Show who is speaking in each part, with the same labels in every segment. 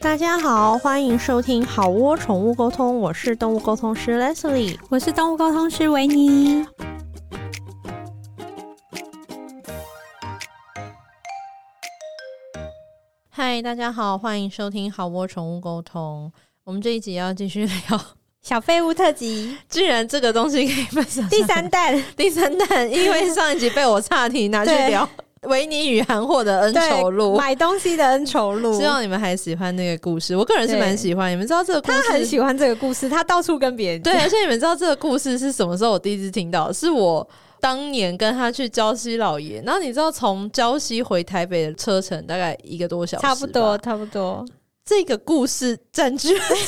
Speaker 1: 大家好，欢迎收听好窝宠物沟通，我是动物沟通师 Leslie。
Speaker 2: 我是动物沟通师维尼。
Speaker 1: 嗨，大家好，欢迎收听好窝宠物沟通。我们这一集要继续聊，
Speaker 2: 小废物特辑
Speaker 1: 居然这个东西可以分享
Speaker 2: 第三弹，
Speaker 1: 第三弹，因为上一集被我岔题拿去
Speaker 2: 对
Speaker 1: 聊维尼与韩货的恩
Speaker 2: 对
Speaker 1: 仇录。
Speaker 2: 买东西的恩仇录
Speaker 1: 希。望你们还喜欢那个故事，我个人是
Speaker 2: 对
Speaker 1: 蛮喜欢。你们知道这个故事
Speaker 2: 他很喜欢这个故事，他到处跟别人
Speaker 1: 对，而且你们知道这个故事是什么时候我第一次听到？是我当年跟他去礁溪老爷，然后你知道从礁溪回台北的车程大概一个多小时，
Speaker 2: 差不多，。差不多。
Speaker 1: 这个故事占据了这个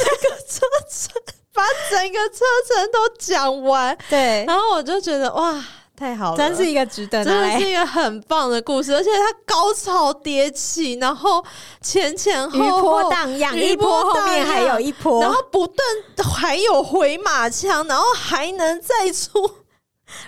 Speaker 1: 车程， 把整个车程都讲完，
Speaker 2: 对，
Speaker 1: 然后我就觉得哇，太好了，
Speaker 2: 真是一个值得
Speaker 1: 真
Speaker 2: 拿
Speaker 1: 的
Speaker 2: 来
Speaker 1: 是一个很棒的故事，而且它高潮迭起，然后前前后
Speaker 2: 余
Speaker 1: 后
Speaker 2: 波荡漾，
Speaker 1: 余
Speaker 2: 一波
Speaker 1: 波
Speaker 2: 后
Speaker 1: 荡
Speaker 2: 面还有
Speaker 1: 漾
Speaker 2: 一波，
Speaker 1: 然后不但还有回马枪，然后还能再出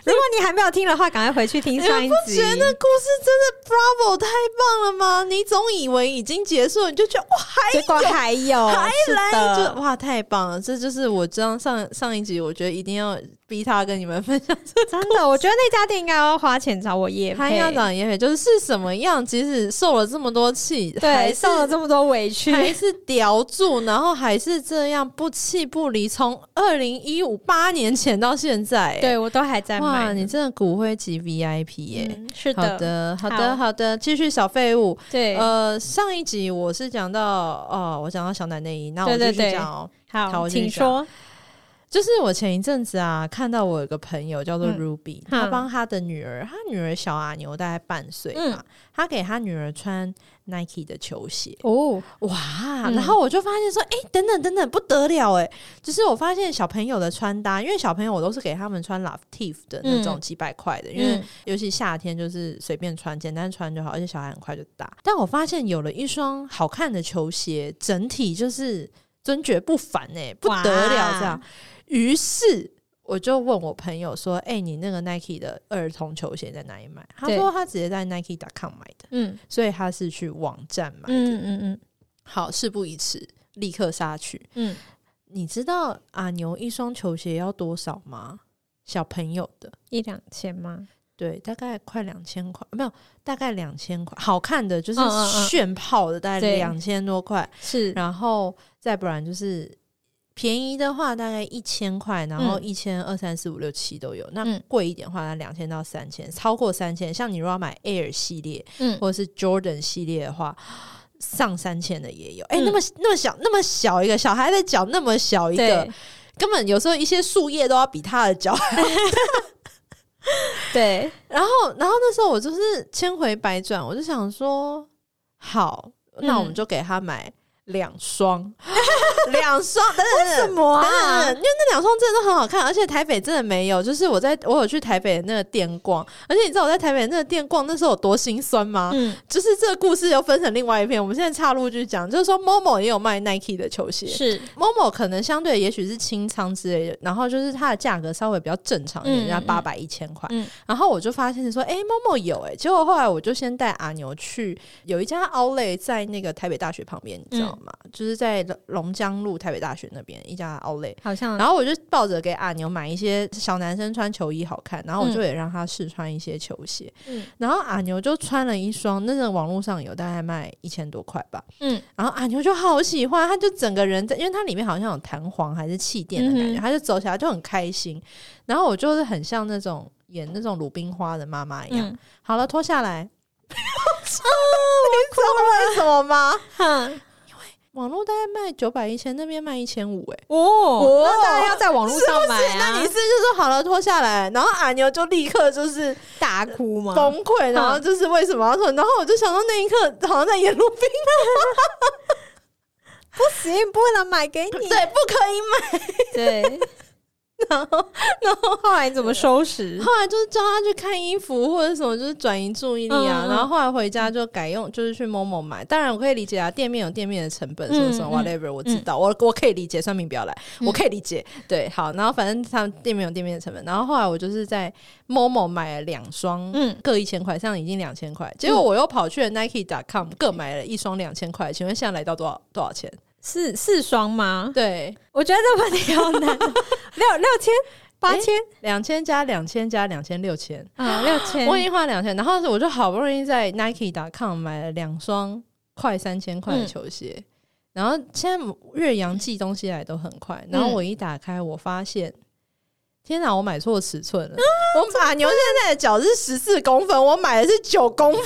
Speaker 2: 如果你还没有听的话，赶快回去听上一集
Speaker 1: 觉。得那故事真的 bravo 太棒了吗？你总以为已经结束了，你就觉得哇哦还
Speaker 2: 结果还有，
Speaker 1: 还
Speaker 2: 是
Speaker 1: 来，
Speaker 2: 的
Speaker 1: 就哇太棒了！这就是我这样上上一集，我觉得一定要逼他跟你们分 享，
Speaker 2: 真的，我觉得那家店应该要花钱找我夜
Speaker 1: 他
Speaker 2: 配，
Speaker 1: 要长也配，就是是什么样，即使受了这么多气，还
Speaker 2: 对，
Speaker 1: 是
Speaker 2: 受了这么多委屈，
Speaker 1: 还是叼住，然后还是这样不弃不离，从二零一五八年前到现在、哎
Speaker 2: 对我都还在
Speaker 1: 哇，
Speaker 2: 买呢。
Speaker 1: 你真的骨灰级 VIP 耶、
Speaker 2: 嗯是
Speaker 1: 好
Speaker 2: 的，
Speaker 1: 的，好
Speaker 2: 好
Speaker 1: 的，好的，继续小废物。
Speaker 2: 对，
Speaker 1: 呃，上一集我是讲到哦，我讲到小奶内衣，那我
Speaker 2: 对对
Speaker 1: 继续
Speaker 2: 对
Speaker 1: 讲哦。好
Speaker 2: 好，
Speaker 1: 我继续
Speaker 2: 请
Speaker 1: 讲
Speaker 2: 说。
Speaker 1: 就是我前一阵子啊，看到我有个朋友叫做
Speaker 2: 嗯
Speaker 1: Ruby，、
Speaker 2: 嗯
Speaker 1: 他帮他的女儿，他女儿小阿牛大概半岁嘛，他给他女儿穿 Nike 的球鞋，
Speaker 2: 哦，
Speaker 1: 哇！
Speaker 2: 嗯
Speaker 1: 然后我就发现说，哎、等等等等，不得了哎、就是我发现小朋友的穿搭，因为小朋友我都是给他们穿 l a f t i f 的那种
Speaker 2: 嗯
Speaker 1: 几百块的，因为
Speaker 2: 嗯，
Speaker 1: 尤其夏天就是随便穿，简单穿就好，而且小孩很快就大。但我发现有了一双好看的球鞋，整体就是尊爵不凡哎、不得了这样
Speaker 2: 哇。
Speaker 1: 于是我就问我朋友说：“哎、你那个 Nike 的儿童球鞋在哪里买？”他
Speaker 2: 对
Speaker 1: 说他直接在 Nike.com 买的，
Speaker 2: 嗯
Speaker 1: 所以他是去网站买的。
Speaker 2: 嗯嗯嗯
Speaker 1: 好，事不宜迟，立刻杀去。
Speaker 2: 嗯，
Speaker 1: 你知道阿牛一双球鞋要多少吗？小朋友的。
Speaker 2: 一两千吗？
Speaker 1: 对，大概快两千块，没有，大概两千块，好看的就是
Speaker 2: 嗯嗯嗯
Speaker 1: 炫泡的，大概
Speaker 2: 对
Speaker 1: 两千多块，
Speaker 2: 是
Speaker 1: 然后再不然就是便宜的话大概一千块，然后
Speaker 2: 嗯
Speaker 1: 一千二三四五六七都有，那
Speaker 2: 嗯
Speaker 1: 贵一点的话，两千到三千，超过三千，像你如果要买 Air 系列
Speaker 2: 嗯，
Speaker 1: 或者是 Jordan 系列的话。上三千的也有，哎、
Speaker 2: 嗯
Speaker 1: 那么那么小，那么小一个小孩的脚，那么小一个
Speaker 2: 对，
Speaker 1: 根本有时候一些树叶都要比他的脚
Speaker 2: 对，
Speaker 1: 然后，然后那时候我就是千回百转，我就想说，好，那我们
Speaker 2: 嗯
Speaker 1: 就给他买两双， 两双，等等等
Speaker 2: 什
Speaker 1: 等。
Speaker 2: 么
Speaker 1: 等等
Speaker 2: 啊
Speaker 1: 等？因为那两双真的都很好看，而且台北真的没有。就是我在我有去台北的那个店逛，而且你知道我在台北的那个店逛那时候有多心酸吗？
Speaker 2: 嗯，
Speaker 1: 就是这个故事又分成另外一篇，我们现在岔路去讲，就是说 Momo 也有卖 Nike 的球鞋，
Speaker 2: 是
Speaker 1: Momo 可能相对也许是清仓之类的，然后就是它的价格稍微比较正常一点，
Speaker 2: 嗯
Speaker 1: 人家
Speaker 2: 嗯
Speaker 1: 八百一千块
Speaker 2: 嗯。
Speaker 1: 然后我就发现说，哎、m o m o 有哎、结果后来我就先带阿牛去有一家 Outlet 在那个台北大学旁边，你知道吗？
Speaker 2: 嗯
Speaker 1: 就是在龙江路台北大学那边一家 Outlet。
Speaker 2: 好像
Speaker 1: 然后我就抱着给阿牛买一些小男生穿球衣好看，然后我就也让他试穿一些球鞋，
Speaker 2: 嗯
Speaker 1: 然后阿牛就穿了一双，那个网络上有大概卖一千多块吧，
Speaker 2: 嗯
Speaker 1: 然后阿牛就好喜欢，他就整个人在，因为它里面好像有弹簧还是气垫的感觉，
Speaker 2: 嗯哼
Speaker 1: 他就走起来就很开心。然后我就是很像那种演那种鲁冰花的妈妈一样。
Speaker 2: 嗯，
Speaker 1: 好了，脱下 来，啊、你知道为什么吗？
Speaker 2: 哼，
Speaker 1: 网络大概卖九百一千，那边卖一千五，哎，
Speaker 2: 哦，那当然要在网络上买
Speaker 1: 那
Speaker 2: 啊
Speaker 1: 你是，不是说好了脱下来，然后阿牛就立刻就是
Speaker 2: 大哭吗？嗯
Speaker 1: 崩溃，然后就是为什么要脱？然后我就想到那一刻好像在演鲁冰，
Speaker 2: 不行，不能买给你，
Speaker 1: 对，不可以买。
Speaker 2: 对，
Speaker 1: 然后然后
Speaker 2: 后来你怎么收拾？
Speaker 1: 后来就是叫他去看衣服或者什么，就是转移注意力啊。
Speaker 2: 嗯嗯
Speaker 1: 然后后来回家就改用，就是去某某买。当然我可以理解啊，店面有店面的成本，什么什么
Speaker 2: 嗯
Speaker 1: whatever，、我知道，我我可以理解。算命不要来，我可以理解。对，好，然后反正他们店面有店面的成本。然后后来我就是在某某买了两双，
Speaker 2: 嗯
Speaker 1: 各一千块，这样已经两千块。结果我又跑去了 Nike.com 各买了一双两千块，请问现在来到多少多少钱？
Speaker 2: 四四双吗？
Speaker 1: 对，
Speaker 2: 我觉得这问题好难， 六六千、八千
Speaker 1: 两千加两千加两千六千。
Speaker 2: 啊，六千
Speaker 1: 我已经花两千，然后我就好不容易在 Nike.com 买了两双快三千块
Speaker 2: 嗯
Speaker 1: 的球鞋，然后现在岳阳寄东西来都很快，然后我一打开，我发现。天哪！我买错尺寸
Speaker 2: 啊
Speaker 1: 了。我马牛现在的脚是十四公分，我买的是九公分，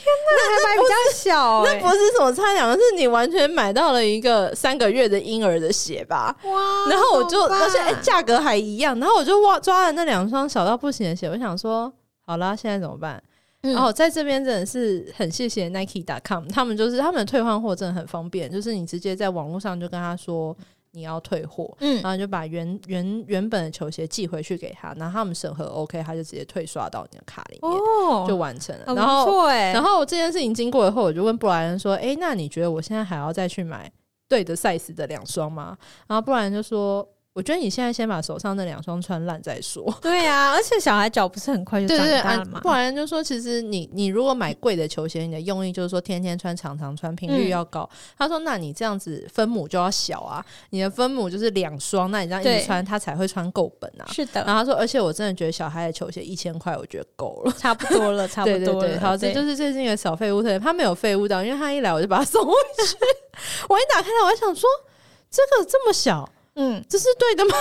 Speaker 2: 那还买比较小
Speaker 1: 那
Speaker 2: 欸，
Speaker 1: 不是什么差两，是你完全买到了一个三个月的婴儿的鞋吧？
Speaker 2: 哇
Speaker 1: 然后我就，
Speaker 2: 啊怎么办
Speaker 1: 而且哎价、格还一样，然后我就哇抓了那两双小到不行的鞋，我想说，好啦，现在怎么办？
Speaker 2: 嗯
Speaker 1: 然后在这边真的是很谢谢 Nike.com，他们就是他们的退换货真的很方便，就是你直接在网络上就跟他说你要退货，
Speaker 2: 嗯
Speaker 1: 然后你就把原原原本的球鞋寄回去给他，然后他们审核 OK，他就直接退刷到你的卡里面，
Speaker 2: 哦，
Speaker 1: 就完成了。
Speaker 2: 很
Speaker 1: 然
Speaker 2: 不
Speaker 1: 后
Speaker 2: 错哎，
Speaker 1: 然后这件事情经过以后，我就问布莱恩说：“诶，那你觉得我现在还要再去买对的 size 的两双吗？”然后布莱恩就说：“我觉得你现在先把手上那两双穿烂再说。
Speaker 2: 对啊，而且小孩脚不是很快”就
Speaker 1: 对
Speaker 2: 长
Speaker 1: 对对，
Speaker 2: 大了
Speaker 1: 啊
Speaker 2: 嘛
Speaker 1: 布，莱恩就说：“其实你你如果买贵的球鞋，你的用意就是说天天穿、常常穿，频率
Speaker 2: 嗯
Speaker 1: 要高。他说：“那你这样子分母就要小啊，你的分母就是两双，那你这样一
Speaker 2: 对
Speaker 1: 直穿，他才会穿够本啊。”
Speaker 2: 是的，
Speaker 1: 然后他说：“而且我真的觉得小孩的球鞋一千块，我觉得够了。”
Speaker 2: 差不多了，差不
Speaker 1: 对对
Speaker 2: 多
Speaker 1: 对，
Speaker 2: 了，
Speaker 1: 好，这就是是最近的小废物特点。他没有废物到，因为他一来我就把他 送回去。我一打开它，我还想说，这个这么小，
Speaker 2: 嗯，
Speaker 1: 这是对的吗？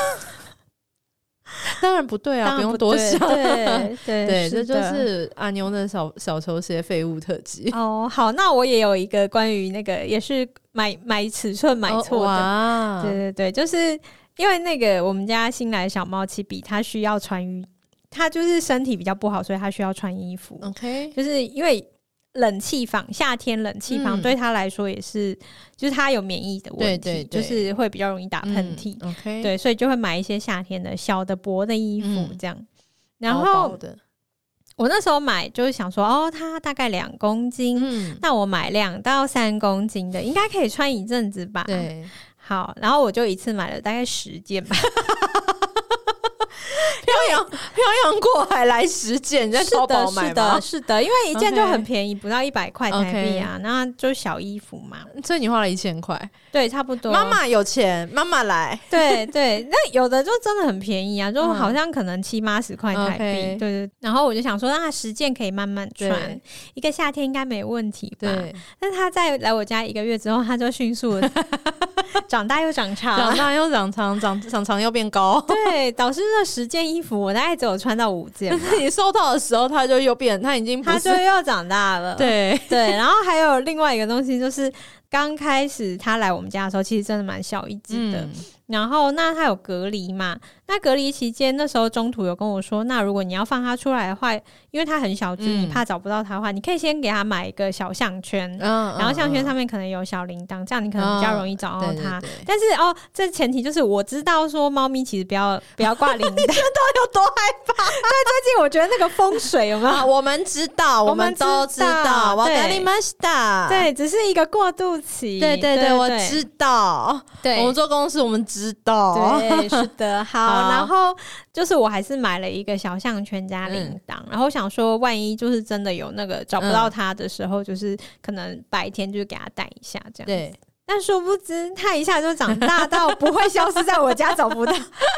Speaker 1: 当然不对啊，
Speaker 2: 当然
Speaker 1: 不用
Speaker 2: 不
Speaker 1: 多
Speaker 2: 对
Speaker 1: 想。
Speaker 2: 对对
Speaker 1: 对，这就
Speaker 2: 的
Speaker 1: 是阿牛的小小球鞋废物特辑。
Speaker 2: 哦，好，那我也有一个关于那个也是买买尺寸 买
Speaker 1: 哦
Speaker 2: 错的，
Speaker 1: 哇
Speaker 2: 对对对，就是因为那个我们家新来的小猫奇比，它需要穿衣，它就是身体比较不好，所以它需要穿衣服，
Speaker 1: ，OK，
Speaker 2: 就是因为冷气房夏天冷气房、
Speaker 1: 嗯
Speaker 2: 对它来说也是，就是它有免疫的问题，
Speaker 1: 对对对
Speaker 2: 就是会比较容易打喷嚏，
Speaker 1: 嗯，OK，，
Speaker 2: 对，所以就会买一些夏天的小的薄的衣服
Speaker 1: 嗯
Speaker 2: 这样。然后
Speaker 1: 薄薄的，
Speaker 2: 我那时候买就是想说，哦，它大概两公斤，
Speaker 1: 嗯，
Speaker 2: 那我买两到三公斤的，应该可以穿一阵子吧？，
Speaker 1: 对，
Speaker 2: 好，然后我就一次买了大概十件吧，
Speaker 1: 漂洋漂洋过海来实 践，你在
Speaker 2: 是
Speaker 1: 淘
Speaker 2: 的，
Speaker 1: 宝买
Speaker 2: 是
Speaker 1: 吗
Speaker 2: 的，？是的，因为一件
Speaker 1: OK
Speaker 2: 就很便宜，不到一百块台币啊，那就小衣服嘛，
Speaker 1: 所以你花了一千块，
Speaker 2: 对，啊差不多。
Speaker 1: 妈，妈有钱，妈妈来，
Speaker 2: 对对，那有的就真的很便宜啊，就
Speaker 1: 嗯
Speaker 2: 好像可能七八十块台币，
Speaker 1: OK
Speaker 2: 对对。然后我就想说，那十件可以慢慢穿
Speaker 1: 对，
Speaker 2: 一个夏天应该没问题吧？。但他在来我家一个月之后，他就迅速 的长大又长
Speaker 1: 长
Speaker 2: 长。。
Speaker 1: 大又长长，长长长又变高
Speaker 2: 对，导师那十件衣服，我大概只有穿到五件
Speaker 1: 但
Speaker 2: 吧，
Speaker 1: 是你收到的时候，它就又变，它已经不
Speaker 2: 他就是嗯又长大了。
Speaker 1: 对，
Speaker 2: 对，然后还有另外一个东西，就是刚开始他来我们家的时候，其实真的蛮小一只
Speaker 1: 嗯
Speaker 2: 的。然后那他有隔离嘛？那隔离期间，那时候中途有跟我说，那如果你要放他出来的话，因为他很小只，
Speaker 1: 嗯
Speaker 2: 你怕找不到他的话，你可以先给他买一个小项圈，
Speaker 1: 嗯
Speaker 2: 然后项圈上面可能有小铃铛，这样你可能比较容易找到他。
Speaker 1: 嗯对对对
Speaker 2: 但是哦，这前提就是我知道说猫咪其实不要不要挂 铃铛。最
Speaker 1: 有多害
Speaker 2: 近我觉得那个风水有没有
Speaker 1: 怕？啊我们知道，
Speaker 2: 我
Speaker 1: 我
Speaker 2: 们
Speaker 1: 们都
Speaker 2: 知
Speaker 1: 知
Speaker 2: 道
Speaker 1: 道，我
Speaker 2: 对
Speaker 1: 跟你们知道，
Speaker 2: 对，只是一个过渡期。
Speaker 1: 对对对，我知道，
Speaker 2: 对
Speaker 1: 我们做公司我们知道，
Speaker 2: 对，是 的，好，
Speaker 1: 哦好嗯
Speaker 2: 然后就是我还是买了一个小项圈加铃铛，然后想说，万一就是真的有那个找不
Speaker 1: 嗯
Speaker 2: 到它的时候，就是可能白天就给它戴一下这样。，
Speaker 1: 对，
Speaker 2: 但殊不知它一下就长大到不会消失在我家找不到，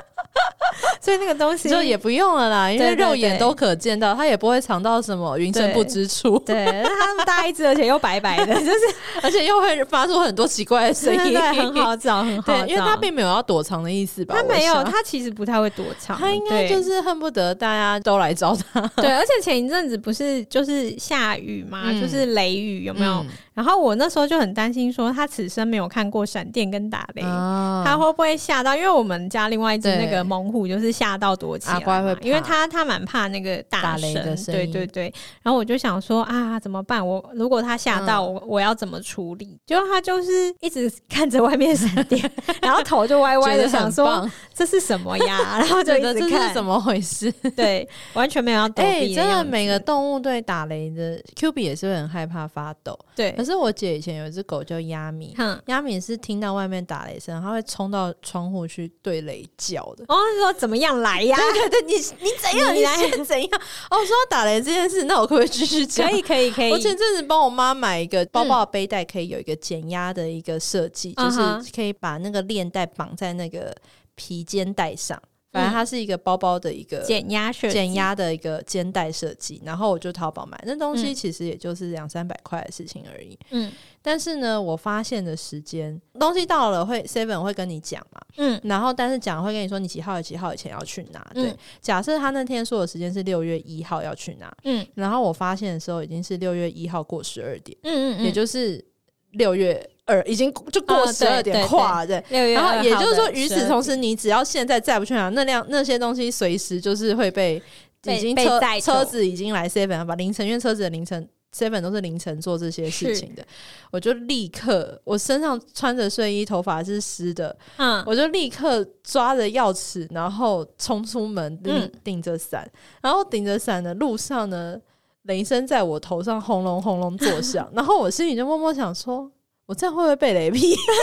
Speaker 2: 所以那个东西
Speaker 1: 就也不用了啦，因
Speaker 2: 对
Speaker 1: 为
Speaker 2: 对
Speaker 1: 肉眼
Speaker 2: 对
Speaker 1: 都可见到，它也不会尝到什么云深不知处，
Speaker 2: 对，它那么大一只，而且又白白的，就是
Speaker 1: 而且又会发出很多奇怪的声
Speaker 2: 真
Speaker 1: 音，
Speaker 2: 的很好找，很 好
Speaker 1: 对
Speaker 2: 找。，
Speaker 1: 因为它并没有要躲藏的意思吧？
Speaker 2: 它没有，
Speaker 1: 我想
Speaker 2: 它其实不太会躲藏，
Speaker 1: 他应该
Speaker 2: 嗯对
Speaker 1: 就是恨不得大家都来找他，
Speaker 2: 对，而且前一阵子不是就是下雨嘛，
Speaker 1: 嗯
Speaker 2: 就是雷雨有没有？
Speaker 1: 嗯？
Speaker 2: 然后我那时候就很担心，说他此生没有看过闪电跟打雷，
Speaker 1: 啊
Speaker 2: 他会不会吓到？因为我们家另外一只
Speaker 1: 对
Speaker 2: 那个猛虎就是吓到躲起来
Speaker 1: 阿乖
Speaker 2: 嘛
Speaker 1: 会，怕
Speaker 2: 因为他他蛮怕那个
Speaker 1: 打
Speaker 2: 大
Speaker 1: 雷的声
Speaker 2: 对
Speaker 1: 音
Speaker 2: 对对。然后我就想说啊，怎么办？我如果他吓到
Speaker 1: 嗯
Speaker 2: 我，我要怎么处理？结果他就是一直看着外面闪电， 然后头就歪歪
Speaker 1: 觉
Speaker 2: 的，
Speaker 1: 得
Speaker 2: 想
Speaker 1: 很
Speaker 2: 说
Speaker 1: 棒
Speaker 2: 这是什么呀？ 然后就
Speaker 1: 觉
Speaker 2: 一
Speaker 1: 得这
Speaker 2: 直
Speaker 1: 是
Speaker 2: 看，
Speaker 1: 怎么回事？
Speaker 2: 对，完全没有要躲
Speaker 1: 哎、
Speaker 2: 避
Speaker 1: 真的，
Speaker 2: 样子
Speaker 1: 每个动物对打雷的 Q B 也是会很害怕发抖。
Speaker 2: 对
Speaker 1: 可，是我姐以前有一只狗叫亚米，
Speaker 2: 哼。
Speaker 1: 亚米是听到外面打雷声，它会冲到窗户去对雷叫的。
Speaker 2: 哦，他说怎么样来呀？
Speaker 1: 对对，你你怎样？
Speaker 2: 你
Speaker 1: 你
Speaker 2: 来
Speaker 1: 现在怎样？哦，说到打雷这件事，那我可不可以继续讲？
Speaker 2: 可以，可以，可以。
Speaker 1: 我前阵子帮我妈买一个包包的背带，可以有一个减压的一个设计，
Speaker 2: 嗯
Speaker 1: 就
Speaker 2: 哼
Speaker 1: 是可以把那个链带绑在那个皮肩带上。反正它是一个包包的一个
Speaker 2: 减压嗯设计
Speaker 1: 减，压的一个肩带设计，然后我就淘宝买，那东西其实也就是两三百块的事情而已。
Speaker 2: 嗯
Speaker 1: 但是呢，我发现的时间东西到了会 Seven 会跟你讲嘛，
Speaker 2: 嗯
Speaker 1: 然后但是讲会跟你说你几号几号以前要去拿。对，
Speaker 2: 嗯
Speaker 1: 假设他那天说的时间是六月一号要去拿，
Speaker 2: 嗯
Speaker 1: 然后我发现的时候已经是六月一号过十二点，
Speaker 2: 嗯嗯，
Speaker 1: 也就是六月二已经就
Speaker 2: 哦
Speaker 1: 过
Speaker 2: 对
Speaker 1: 十二
Speaker 2: 对
Speaker 1: 点
Speaker 2: 对
Speaker 1: 跨对。
Speaker 2: 六月
Speaker 1: 然
Speaker 2: 二号
Speaker 1: 后
Speaker 2: 的12点，
Speaker 1: 也就是说，与此同时，你只要现在再不去啊拿那辆那些东西，随时就是会被
Speaker 2: 被
Speaker 1: 已经
Speaker 2: 被
Speaker 1: 车
Speaker 2: 载走
Speaker 1: 车子已经来 seven 了吧？凌晨，因为车子的凌晨 seven 都是凌晨做这些事
Speaker 2: 是
Speaker 1: 情的，我就立刻，我身上穿着睡衣，头发是湿的，
Speaker 2: 嗯，
Speaker 1: 我就立刻抓着钥匙，然后冲出门，顶
Speaker 2: 嗯
Speaker 1: 顶着伞，然后顶着伞的路上呢，雷声在我头上轰隆轰隆作 响，然后我心里就默默想说，我这样会不会被雷劈？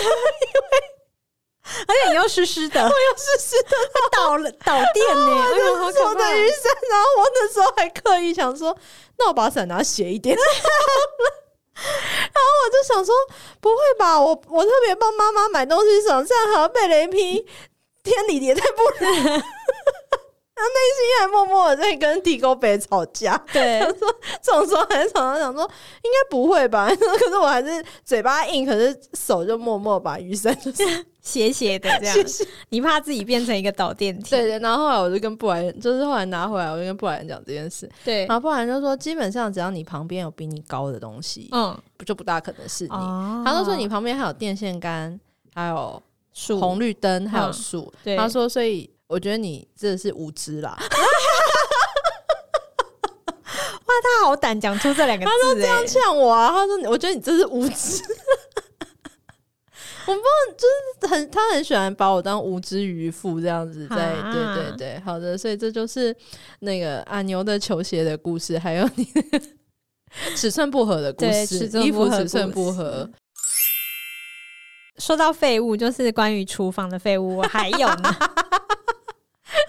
Speaker 2: 而且你又湿湿 的，我又 湿湿的，导导电呢，哎呦，好
Speaker 1: 我
Speaker 2: 可
Speaker 1: 的
Speaker 2: 怕！
Speaker 1: 雨伞，然后我那时候还刻意想说，那我把伞拿斜一点。 然后我就想说，不会吧？我我特别帮妈妈买东西，手上还要被雷劈，天理也太不仁。 然后内心还默默的在跟地沟北吵架，
Speaker 2: 对，
Speaker 1: 这种时候还常常想说，应该不会吧？ 可是我还是嘴巴硬，可是手就默默把雨伞就是
Speaker 2: 斜斜的这样，你怕自己变成一个导电体，
Speaker 1: 对对。然后后来我就跟布莱恩，就是后来拿回来，我就跟布莱恩讲这件事，
Speaker 2: 对
Speaker 1: 然，后不然就说，基本上只要你旁边有比你高的东西，
Speaker 2: 嗯，
Speaker 1: 不就不大可能是你。
Speaker 2: 哦
Speaker 1: 他都说你旁边还有电线杆，还有
Speaker 2: 数
Speaker 1: 红绿灯，还有
Speaker 2: 嗯
Speaker 1: 树。
Speaker 2: 对
Speaker 1: 他说，所以我觉得你真的是无知啦。
Speaker 2: 他好胆讲出这两个字，哎他都这样
Speaker 1: 他呛我啊，他说你，我觉得你真是无知。 我不知道，就是很他很喜欢把我当无知渔夫这样子在，
Speaker 2: 啊
Speaker 1: 对对对，好的，所以这就是那个阿牛的球鞋的故事，还有你的 尺寸不合的故
Speaker 2: 对
Speaker 1: 事
Speaker 2: 尺，寸
Speaker 1: 衣
Speaker 2: 不
Speaker 1: 服
Speaker 2: 合
Speaker 1: 尺寸
Speaker 2: 故
Speaker 1: 不
Speaker 2: 事
Speaker 1: 合，
Speaker 2: 说到废物，就是关于厨房的废物，我还有呢，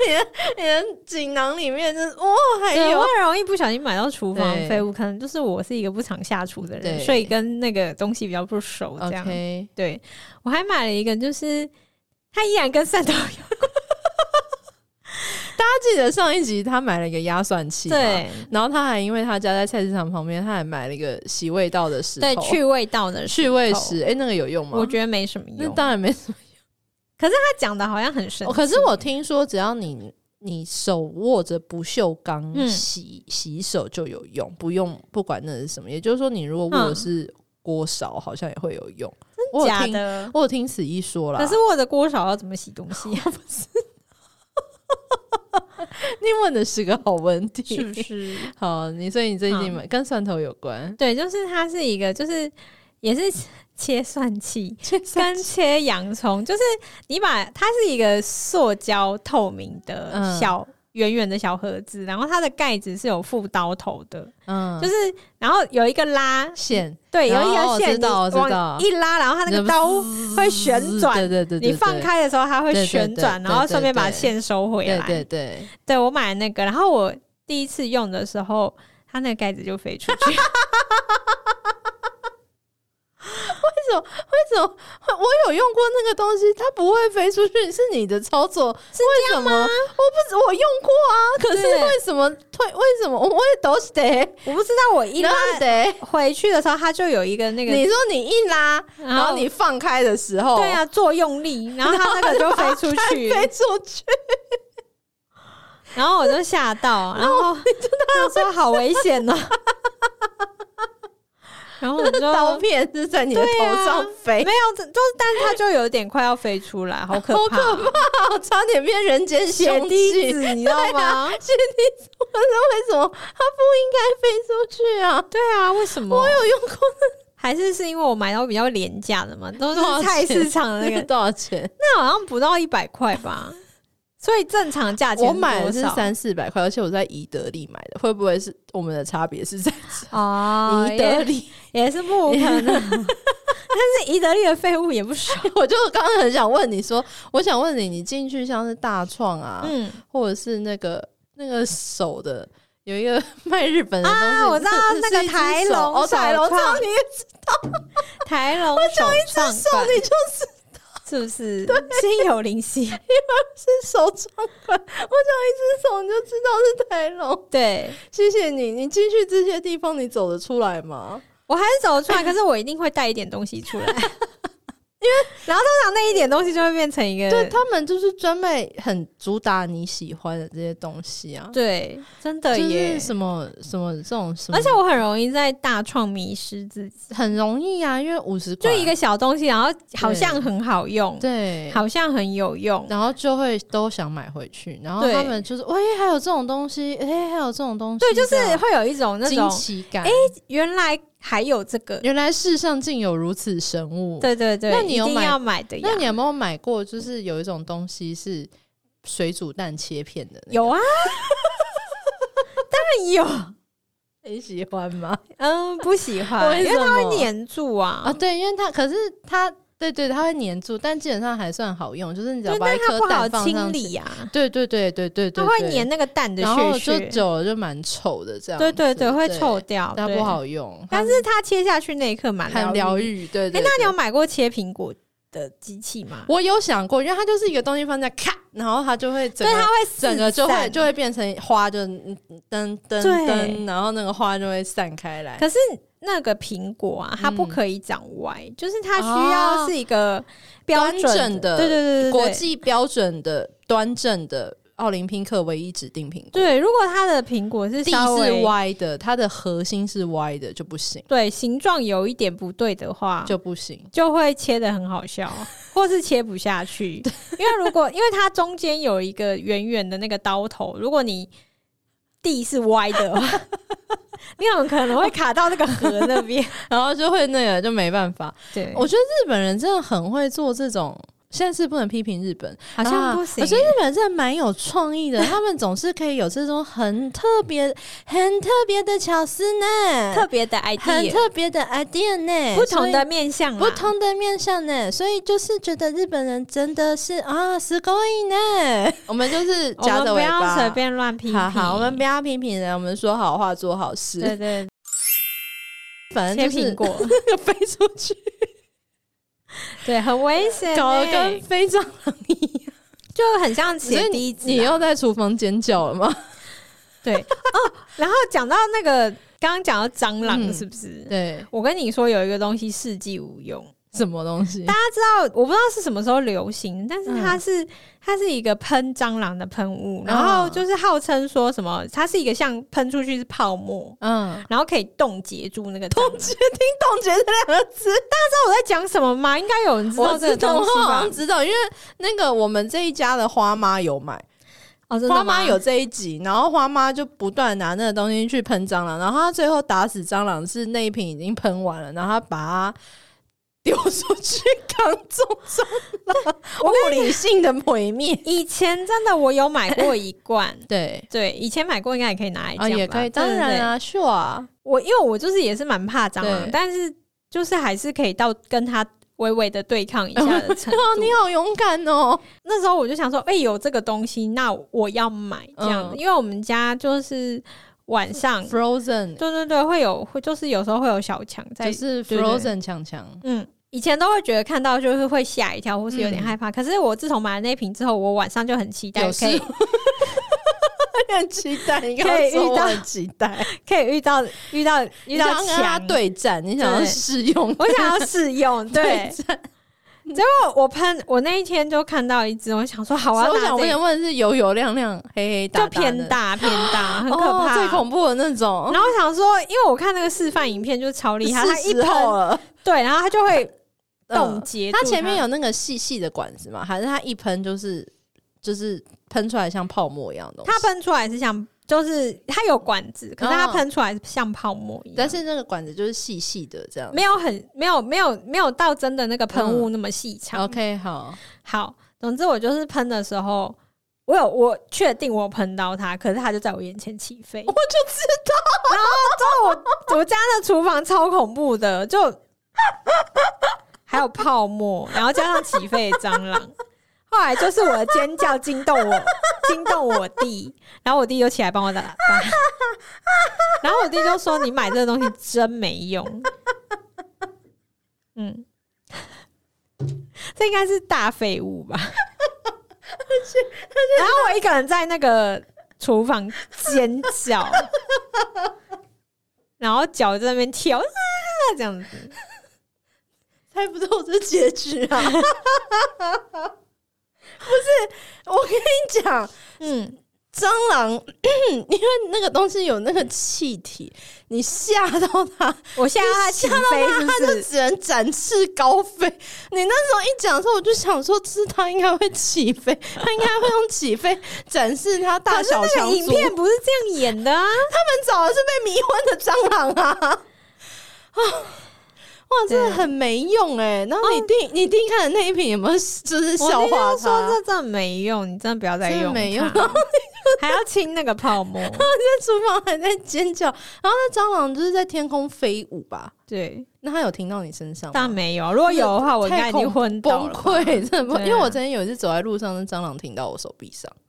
Speaker 1: 你的锦囊里面就是哇，还
Speaker 2: 对，我
Speaker 1: 有
Speaker 2: 很容易不小心买到厨房
Speaker 1: 对
Speaker 2: 废物，可能就是我是一个不常下厨的人，
Speaker 1: 对
Speaker 2: 所以跟那个东西比较不熟。这样
Speaker 1: OK，
Speaker 2: 对我还买了一个，就是它依然跟汕头有
Speaker 1: 大家记得上一集他买了一个压蒜器，，
Speaker 2: 对
Speaker 1: 然后他还因为他家在菜市场旁边，他还买了一个洗味道的石头，
Speaker 2: 对去味道的
Speaker 1: 去味石，哎、那个有用吗？
Speaker 2: 我觉得没什么
Speaker 1: 那
Speaker 2: 用。
Speaker 1: 当然没什么
Speaker 2: 他讲的好像很神
Speaker 1: 用，
Speaker 2: 奇，
Speaker 1: 可是我听说只要你。你手握着不锈钢
Speaker 2: 嗯
Speaker 1: 洗、洗手就有用，不用不管那是什么。也就是说，你如果握的
Speaker 2: 嗯
Speaker 1: 是锅勺，好像也会有用。我有
Speaker 2: 假
Speaker 1: 听，
Speaker 2: 的。
Speaker 1: 我有听此一说啦。
Speaker 2: 可是握着锅勺要怎么洗东西、啊
Speaker 1: 你问的 是个好问题，
Speaker 2: 是不是？
Speaker 1: 好，你所以你最近
Speaker 2: 嗯
Speaker 1: 买、跟蒜头有关，
Speaker 2: 对，就是它是一个，就是也是切蒜器， 跟切洋葱，就是你把它是一个塑胶透明的
Speaker 1: 嗯
Speaker 2: 小。圆圆的小盒子，然后它的盖子是有附刀头的，
Speaker 1: 嗯，
Speaker 2: 就是然后有一个拉，
Speaker 1: 线，
Speaker 2: 对，有
Speaker 1: 然后
Speaker 2: 一条
Speaker 1: 我知
Speaker 2: 线，你
Speaker 1: 道我知道
Speaker 2: 往一拉，然后它那
Speaker 1: 那
Speaker 2: 个
Speaker 1: 不
Speaker 2: 刀会旋
Speaker 1: 对
Speaker 2: 转，
Speaker 1: 对对对，
Speaker 2: 你放
Speaker 1: 对，
Speaker 2: 开的时候它会
Speaker 1: 对对
Speaker 2: 旋
Speaker 1: 对
Speaker 2: 转，
Speaker 1: 对
Speaker 2: 然后
Speaker 1: 对
Speaker 2: 顺便把
Speaker 1: 对
Speaker 2: 线收回
Speaker 1: 对
Speaker 2: 来。
Speaker 1: 对对，
Speaker 2: 对我买了那个，然后我第一次用的时候，它那个盖子就飞出 去，
Speaker 1: 为什么会我有用过那个东西，它不会飞出去？是你的操作是为什么？我不知我用过啊，可是
Speaker 2: 对
Speaker 1: 为什么退？为什么我也都是得，
Speaker 2: 我不知道我一拉
Speaker 1: 然后得。
Speaker 2: 回去的时候，它就有一个那个，
Speaker 1: 你说你一拉，
Speaker 2: 然
Speaker 1: 然后你放开的时候，
Speaker 2: 对，啊，作用力，然后它那个就飞出 去，
Speaker 1: 飞出去，
Speaker 2: 然后我 就吓到，然后就说好危险哦。然后我就啊
Speaker 1: 刀片是在你的头上飞，
Speaker 2: 没有，这就是，但是它就有点快要飞出来，好可
Speaker 1: 好
Speaker 2: 怕，
Speaker 1: 可怕哦，差点变人间
Speaker 2: 血
Speaker 1: 凶
Speaker 2: 滴
Speaker 1: 器。啊
Speaker 2: 子，你知道吗？
Speaker 1: 血滴子，我说为什么它不应该飞出去啊？
Speaker 2: 对啊，为什么？
Speaker 1: 我有用过
Speaker 2: 还是是因为我买到比较廉价的 嘛，
Speaker 1: 多
Speaker 2: 都
Speaker 1: 少
Speaker 2: 是菜
Speaker 1: 钱
Speaker 2: 市场的那
Speaker 1: 那
Speaker 2: 个
Speaker 1: 个， 多少钱？
Speaker 2: 那好像不到一百块吧，所以正常价钱
Speaker 1: 我买的
Speaker 2: 多
Speaker 1: 是
Speaker 2: 少
Speaker 1: 三四百块，而且我在宜得利买的，会不会是我们的差别是在这
Speaker 2: 哦，
Speaker 1: 宜得
Speaker 2: 也
Speaker 1: 利？
Speaker 2: 也是不可 能。但是宜得利的废物也不少，
Speaker 1: 我就刚刚很想问你说，我想问你，你进去像是大创啊，
Speaker 2: 嗯
Speaker 1: 或者是那个那个手的。有一个 卖日本的东西，
Speaker 2: 啊我知道
Speaker 1: 是
Speaker 2: 那个
Speaker 1: 是一只
Speaker 2: 台
Speaker 1: 手
Speaker 2: 龙
Speaker 1: 哦，台龙
Speaker 2: 手创
Speaker 1: 创，你
Speaker 2: 台龙手创
Speaker 1: 手
Speaker 2: 馆
Speaker 1: 你就是
Speaker 2: 是不是？心有灵犀，
Speaker 1: 是手创款，我讲一只手你就知道是台龙。
Speaker 2: 对
Speaker 1: 谢谢你，你进去这些地方你走得出来吗？
Speaker 2: 我还是走得出来，可是我一定会带一点东西 出来，因为然后通常那一点东西就会变成一个
Speaker 1: 对他们就是专卖很主打你喜欢的这些东西啊，
Speaker 2: 对，真的
Speaker 1: 就
Speaker 2: 耶
Speaker 1: 是。什么什么这种什么，
Speaker 2: 而且我很容易在大创迷失自己，
Speaker 1: 很容易啊，因为五十
Speaker 2: 就一个小东西，然后好像很好用，
Speaker 1: 对，
Speaker 2: 好像很有用，
Speaker 1: 然后就会都想买回去，然后
Speaker 2: 对
Speaker 1: 他们就是，喂、还有这种东西，哎、还有这种东西，
Speaker 2: 对，就是
Speaker 1: 这样
Speaker 2: 会有一种那
Speaker 1: 哦惊
Speaker 2: 种
Speaker 1: 奇感。哎、
Speaker 2: 原来还有这个，
Speaker 1: 原来世上竟有如此神物。
Speaker 2: 对对对，
Speaker 1: 那你
Speaker 2: 一
Speaker 1: 有
Speaker 2: 定
Speaker 1: 买
Speaker 2: 要买的呀
Speaker 1: 那？你有没有买过？就是有一种东西是水煮蛋切片的、那个
Speaker 2: 有啊， 当然有。
Speaker 1: 你喜欢吗？
Speaker 2: 嗯，不喜欢，
Speaker 1: 为
Speaker 2: 因
Speaker 1: 什
Speaker 2: 为它
Speaker 1: 么
Speaker 2: 会粘住
Speaker 1: 啊，
Speaker 2: 啊。
Speaker 1: 对，因为它可是它，对对，它会粘住，但基本上还算好用，就是你只要
Speaker 2: 对，
Speaker 1: 把
Speaker 2: 但
Speaker 1: 一
Speaker 2: 它
Speaker 1: 颗
Speaker 2: 不好
Speaker 1: 蛋放
Speaker 2: 清
Speaker 1: 上去，
Speaker 2: 理呀、
Speaker 1: 对对对对对对对，
Speaker 2: 它会粘那个蛋的
Speaker 1: 然后
Speaker 2: 屑
Speaker 1: 就
Speaker 2: 屑。
Speaker 1: 久了就蛮丑的这样子，
Speaker 2: 对对对，会臭掉，
Speaker 1: 它
Speaker 2: 对
Speaker 1: 不。好用，
Speaker 2: 但是它切下去那一刻蛮
Speaker 1: 很疗
Speaker 2: 愈。
Speaker 1: 愈，对
Speaker 2: 哎、
Speaker 1: 对。对
Speaker 2: 那你有买过切苹果的机器吗？
Speaker 1: 我有想过，因为它就是一个东西放在咔，然后它就会整
Speaker 2: 对，它
Speaker 1: 个
Speaker 2: 会四
Speaker 1: 整个就会
Speaker 2: 散
Speaker 1: 就会变成花，就嗯噔噔
Speaker 2: 对
Speaker 1: 噔，然后那个花就会散开来。
Speaker 2: 可是那个苹果啊，它不
Speaker 1: 嗯哦
Speaker 2: 可以长歪，就是它需要是一个标
Speaker 1: 端
Speaker 2: 准
Speaker 1: 正的
Speaker 2: 对对对对，对
Speaker 1: 国。际标准的端正的奥林匹克唯一指定苹果，
Speaker 2: 对，如果它的苹果是
Speaker 1: 地
Speaker 2: 稍微
Speaker 1: 是歪的，它的核心是歪的就不行，
Speaker 2: 对形状有一点不对的话，
Speaker 1: 就不行。
Speaker 2: 就会切的很 好笑，或是切不下去。因为如果因为它中间有一个圆圆的那个刀头，如果你地是歪 的话，你很可能会卡到那个河那边。
Speaker 1: 然后就会那个就没办法。
Speaker 2: 对，
Speaker 1: 我觉得日本人真的很会做这种。现在是不能批评日本，
Speaker 2: 好像不
Speaker 1: 啊
Speaker 2: 行
Speaker 1: 我觉得日本人真的蛮有创意的，他们总是可以有这种很特别、很特别的巧思呢，
Speaker 2: 特别的 idea，
Speaker 1: 很特别的 idea 呢，
Speaker 2: 不同
Speaker 1: 所
Speaker 2: 的
Speaker 1: 以。
Speaker 2: 面啊相啦，
Speaker 1: 不同的面向呢，所以就是觉得日本人真的是啊，すごい呢。我们就是
Speaker 2: 我
Speaker 1: 夹
Speaker 2: 们
Speaker 1: 着
Speaker 2: 不
Speaker 1: 尾
Speaker 2: 要
Speaker 1: 巴，
Speaker 2: 随便乱批评。
Speaker 1: 好好，我们不要批评人，我们说好话，做好事。
Speaker 2: 对对
Speaker 1: 反
Speaker 2: 切
Speaker 1: 正就是
Speaker 2: 苹果，
Speaker 1: 那个飞出去，
Speaker 2: 对，很危险欸，
Speaker 1: 搞得跟飞蟑螂一样。
Speaker 2: 就很像
Speaker 1: 所
Speaker 2: 切
Speaker 1: 以
Speaker 2: 笛
Speaker 1: 你
Speaker 2: 子啊。
Speaker 1: 你又在厨房尖叫了吗？
Speaker 2: 对哦，然后讲到那个刚刚讲到蟑螂
Speaker 1: 嗯
Speaker 2: 是不是？
Speaker 1: 对，
Speaker 2: 我跟你说，有一个东西世纪无用，
Speaker 1: 什么东西？
Speaker 2: 那我不知道是什么时候流行，但是它是、它是一个喷蟑螂的喷雾，然后就是号称说什么，它是一个像喷出去是泡沫，
Speaker 1: 嗯，
Speaker 2: 然后可以冻结住那个冻结。
Speaker 1: 冻结这两个字，
Speaker 2: 那我在讲什么吗？应该有人知道
Speaker 1: 我
Speaker 2: 这个
Speaker 1: 知道，
Speaker 2: 东
Speaker 1: 我
Speaker 2: 西
Speaker 1: 好
Speaker 2: 吧
Speaker 1: 像？知道，因为那个我们这一家的花妈有买，
Speaker 2: 哦，真的吗
Speaker 1: 花妈有这一集，然后花妈就不断拿那个东西去喷蟑螂，然后她最后打死蟑螂是那一瓶已经喷完了，然后她把它丢出去扛中蟑螂，物理性的毁灭。，
Speaker 2: 以前真的我有买过一罐
Speaker 1: 对
Speaker 2: 对，以前买过应该也可以拿来
Speaker 1: 啊，
Speaker 2: 讲吧、
Speaker 1: 也可以，当
Speaker 2: 对
Speaker 1: 然。
Speaker 2: 对对
Speaker 1: 啊，是啊，
Speaker 2: 我因为我就是也是蛮怕蟑螂
Speaker 1: 对，
Speaker 2: 但是就是还是可以到跟它微微的对抗一下
Speaker 1: 哦
Speaker 2: 的程度。
Speaker 1: 哇，你好勇敢哦！
Speaker 2: 那时候我就想说，哎、有这个东西，那我要买这样子，
Speaker 1: 嗯
Speaker 2: 因为我们家就是晚上，
Speaker 1: Frozen
Speaker 2: 对对对，会有会就是有时候会有小强在，
Speaker 1: 就是
Speaker 2: 对对
Speaker 1: Frozen 强强，
Speaker 2: 嗯，以前都会觉得看到就是会吓一跳，或是有
Speaker 1: 嗯
Speaker 2: 点害怕。可是我自从买了那瓶之后，我晚上就很期待
Speaker 1: 有事
Speaker 2: 可以
Speaker 1: 很期待，你
Speaker 2: 刚刚说我很
Speaker 1: 期待，
Speaker 2: 可以遇到遇到遇
Speaker 1: 你
Speaker 2: 到
Speaker 1: 想要跟他
Speaker 2: 强，
Speaker 1: 对战，你想要
Speaker 2: 对
Speaker 1: 试用，
Speaker 2: 我想要试用，对
Speaker 1: 对。战
Speaker 2: 结果我喷，我那一天就看到一只，我想说好啊，
Speaker 1: 所以我
Speaker 2: 拿
Speaker 1: 想，
Speaker 2: 这
Speaker 1: 我
Speaker 2: 个
Speaker 1: 想问的是油油亮亮、黑黑大
Speaker 2: 就
Speaker 1: 大的
Speaker 2: 偏大偏 大，很可
Speaker 1: 哦
Speaker 2: 怕，
Speaker 1: 最恐怖的那 种，
Speaker 2: 然后我想说，因为我看那个示范影片就是超厉害，它一
Speaker 1: 是时候
Speaker 2: 喷，
Speaker 1: 了，
Speaker 2: 对，然后它就会冻
Speaker 1: 嗯
Speaker 2: 结住
Speaker 1: 它
Speaker 2: 它。
Speaker 1: 前面有那个细细的管子吗？还是它一喷就是就是喷出来像泡沫一样的东西？
Speaker 2: 它喷出来是像，就是它有管子，可是它
Speaker 1: 哦
Speaker 2: 喷出来是像泡沫一样，
Speaker 1: 但是那个管子就是细细的这样。
Speaker 2: 没有很没有没有没有到真的那个喷雾那么细长。
Speaker 1: 嗯 OK，好，
Speaker 2: 好，总之我就是喷的时候。我有，我确定我有喷到它，可是它就在我眼前起飞。
Speaker 1: 我就知道
Speaker 2: 我家的厨房超恐怖的， 就还有泡沫，然后加上起飞的蟑螂。后来就是我的尖叫惊动我，惊动我弟，然后我弟就起来帮我打，打然后我弟就说：“你买这个东西真没用。”嗯，这应该是大废物吧？然后我一个人在那个厨房尖 叫。然后脚在那边跳，啊、这样子。
Speaker 1: 猜不透这结局啊！ 不是，我跟你讲，
Speaker 2: 嗯，
Speaker 1: 蟑螂， 因为那个东西有那个气体，你吓到它，
Speaker 2: 我现在它起飞是
Speaker 1: 它
Speaker 2: 不？
Speaker 1: 就是只能展翅高飞。你那时候一讲的时候，我就想说，这它应该会起飞，它应该会用起飞展示它大小
Speaker 2: 可是那
Speaker 1: 强
Speaker 2: 个影
Speaker 1: 足。
Speaker 2: 片不是这样演的啊！
Speaker 1: 们找的是被迷昏的蟑螂啊！啊，哇，真的很没用哎、然后你弟、你弟看的那一瓶有没有就是
Speaker 2: 哦我
Speaker 1: 笑话
Speaker 2: 弟就说
Speaker 1: 他？
Speaker 2: 这真的没用，你真的不要再
Speaker 1: 真的
Speaker 2: 用它，
Speaker 1: 没用
Speaker 2: 还要清那个泡 沫。
Speaker 1: 在厨房还在尖叫，然后那蟑螂就是在天空飞舞吧？
Speaker 2: 对，
Speaker 1: 那他有停到你身上
Speaker 2: 但
Speaker 1: 吗？
Speaker 2: 没有。啊如果有的话，我应该已经昏倒
Speaker 1: 崩
Speaker 2: 了吧。
Speaker 1: 溃，真的崩
Speaker 2: 对啊
Speaker 1: 因为我之前有一次走在路上，那蟑螂停到我手臂上，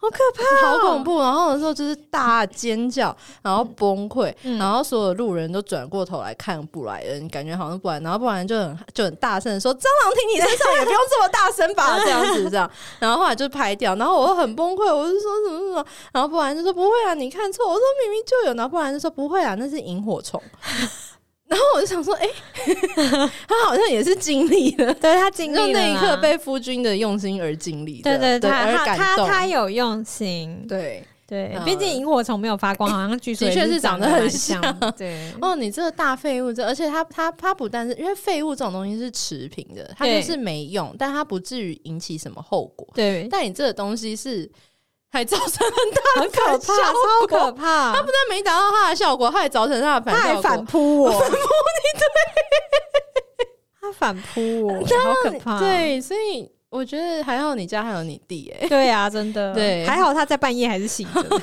Speaker 2: 好可怕！哦
Speaker 1: 好恐怖。然后那时候就是大尖叫，然后崩溃，
Speaker 2: 嗯
Speaker 1: 然后所有路人都转过头来看布莱恩，感觉好像布莱恩，然后布莱恩就很就很大声地说：“蟑螂停你身上，也不用这么大声吧？”这样子这样。然后后来就拍掉，然后我又很崩溃，我就说什么什么，然后布莱恩就说：“不会啊，你看错。”我说：“明明就有。”然后布莱恩就说：“不会啊，那是萤火虫。”然后我就想说：“哎、 他好像也是经历了。”
Speaker 2: 对他经历
Speaker 1: 就
Speaker 2: 了
Speaker 1: 那一
Speaker 2: 啦
Speaker 1: 刻被夫君的用心而经历
Speaker 2: 对
Speaker 1: 的，
Speaker 2: 对
Speaker 1: 对，
Speaker 2: 他
Speaker 1: 而
Speaker 2: 他
Speaker 1: 感
Speaker 2: 他
Speaker 1: 动，
Speaker 2: 他有用心，
Speaker 1: 对。
Speaker 2: 对，
Speaker 1: 嗯
Speaker 2: 毕竟萤火虫没有发光，好像据说
Speaker 1: 的确
Speaker 2: 也
Speaker 1: 是长
Speaker 2: 长
Speaker 1: 得
Speaker 2: 蛮
Speaker 1: 很
Speaker 2: 像
Speaker 1: 像。
Speaker 2: 对，
Speaker 1: 哦，你这个大废物，这而且它它它不但是因为废物这种东西是持平的，它就
Speaker 2: 对
Speaker 1: 是没用，但它不至于引起什么后果。
Speaker 2: 对，
Speaker 1: 但你这个东西是还造成很大，
Speaker 2: 很可怕，
Speaker 1: 效
Speaker 2: 超
Speaker 1: 果
Speaker 2: 可怕。
Speaker 1: 不 但没达到它的效果，它还造成它的
Speaker 2: 他
Speaker 1: 反
Speaker 2: 还
Speaker 1: 效
Speaker 2: 反
Speaker 1: 果。
Speaker 2: 扑我， 反扑你对，他反扑我，好可怕。
Speaker 1: 对，所以我觉得还好你家还有你弟哎、
Speaker 2: 对啊，真的。
Speaker 1: 对
Speaker 2: 还好他在半夜还是醒着的。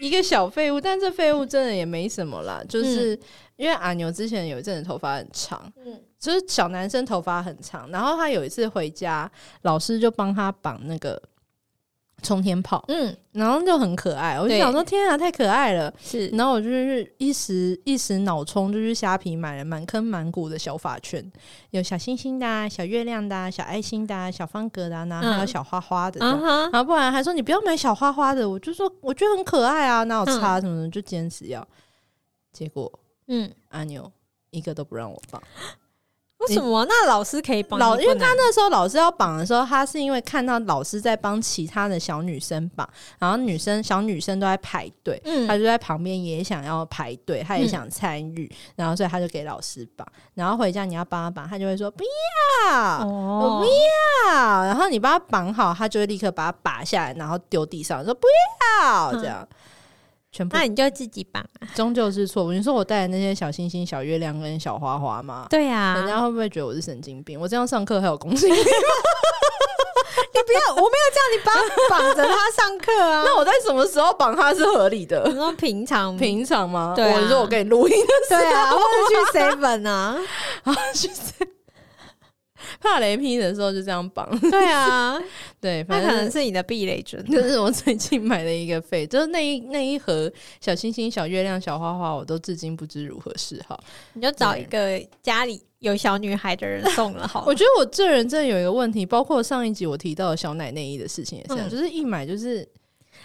Speaker 1: 一个小废物，但这废物真的也没什么啦，就是、因为阿牛之前有一阵子头发很长，
Speaker 2: 嗯
Speaker 1: 就是小男生头发很长，然后他有一次回家，老师就帮他绑那个冲天炮，
Speaker 2: 嗯，
Speaker 1: 然后就很可爱，我就
Speaker 2: 对
Speaker 1: 想说天啊，太可爱了。
Speaker 2: 是
Speaker 1: 然后我就是一时一时脑冲，就去虾皮买了满坑满谷的小发圈，有小星星的、啊、小月亮的、啊、小爱心的、啊、小方格的、啊，然后还有
Speaker 2: 嗯
Speaker 1: 小花花的这
Speaker 2: 啊
Speaker 1: 样。
Speaker 2: 哈，
Speaker 1: 然后不然还说你不要买小花花的，我就说我觉得很可爱啊，哪有差什么的，就坚持要。结果
Speaker 2: 嗯，
Speaker 1: 阿牛一个都不让我绑。
Speaker 2: 为什么？那老师可以帮你
Speaker 1: 老因为
Speaker 2: 不能
Speaker 1: 他那时候老师要绑的时候，他是因为看到老师在帮其他的小女生绑，然后女生小女生都在排队。他
Speaker 2: 嗯
Speaker 1: 就在旁边也想要排队，他也
Speaker 2: 嗯
Speaker 1: 想参与，然后所以他就给老师绑，然后回家你要帮他绑，他就会说不要，我
Speaker 2: 哦
Speaker 1: 不，
Speaker 2: 嗯
Speaker 1: 要。然后你把它绑好，他就会立刻把它拔下来，然后丢地上，说不要
Speaker 2: 嗯
Speaker 1: 这样。全部
Speaker 2: 那你就自己绑啊。
Speaker 1: 终究是错误。你说我带的那些小星星、小月亮跟小花花吗？
Speaker 2: 对
Speaker 1: 人
Speaker 2: 啊，
Speaker 1: 家会不会觉得我是神经病？我这样上课还有公信力？
Speaker 2: 你不要，我没有叫你帮绑着他上课啊。
Speaker 1: 那我在什么时候绑它是合理
Speaker 2: 我
Speaker 1: 的？
Speaker 2: 说平常
Speaker 1: 平常吗？
Speaker 2: 对啊
Speaker 1: 我说我跟你录音的时候
Speaker 2: 对啊，或者 去 seven 啊，
Speaker 1: 怕雷劈的时候就这样绑。
Speaker 2: 对啊，
Speaker 1: 对，
Speaker 2: 那
Speaker 1: 反
Speaker 2: 可能
Speaker 1: 正。
Speaker 2: 是你的避雷针。
Speaker 1: 就是 我最近买的一个费，就是那一那一盒小星星、小月亮、小花花，我都至今不知如何是好。
Speaker 2: 你就找一个家里有小女孩的人送了好
Speaker 1: 我
Speaker 2: 了。
Speaker 1: 觉得我这人真的有一个问题，包括上一集我提到的小奶内衣的事情也是啊，
Speaker 2: 嗯
Speaker 1: 就是一买就是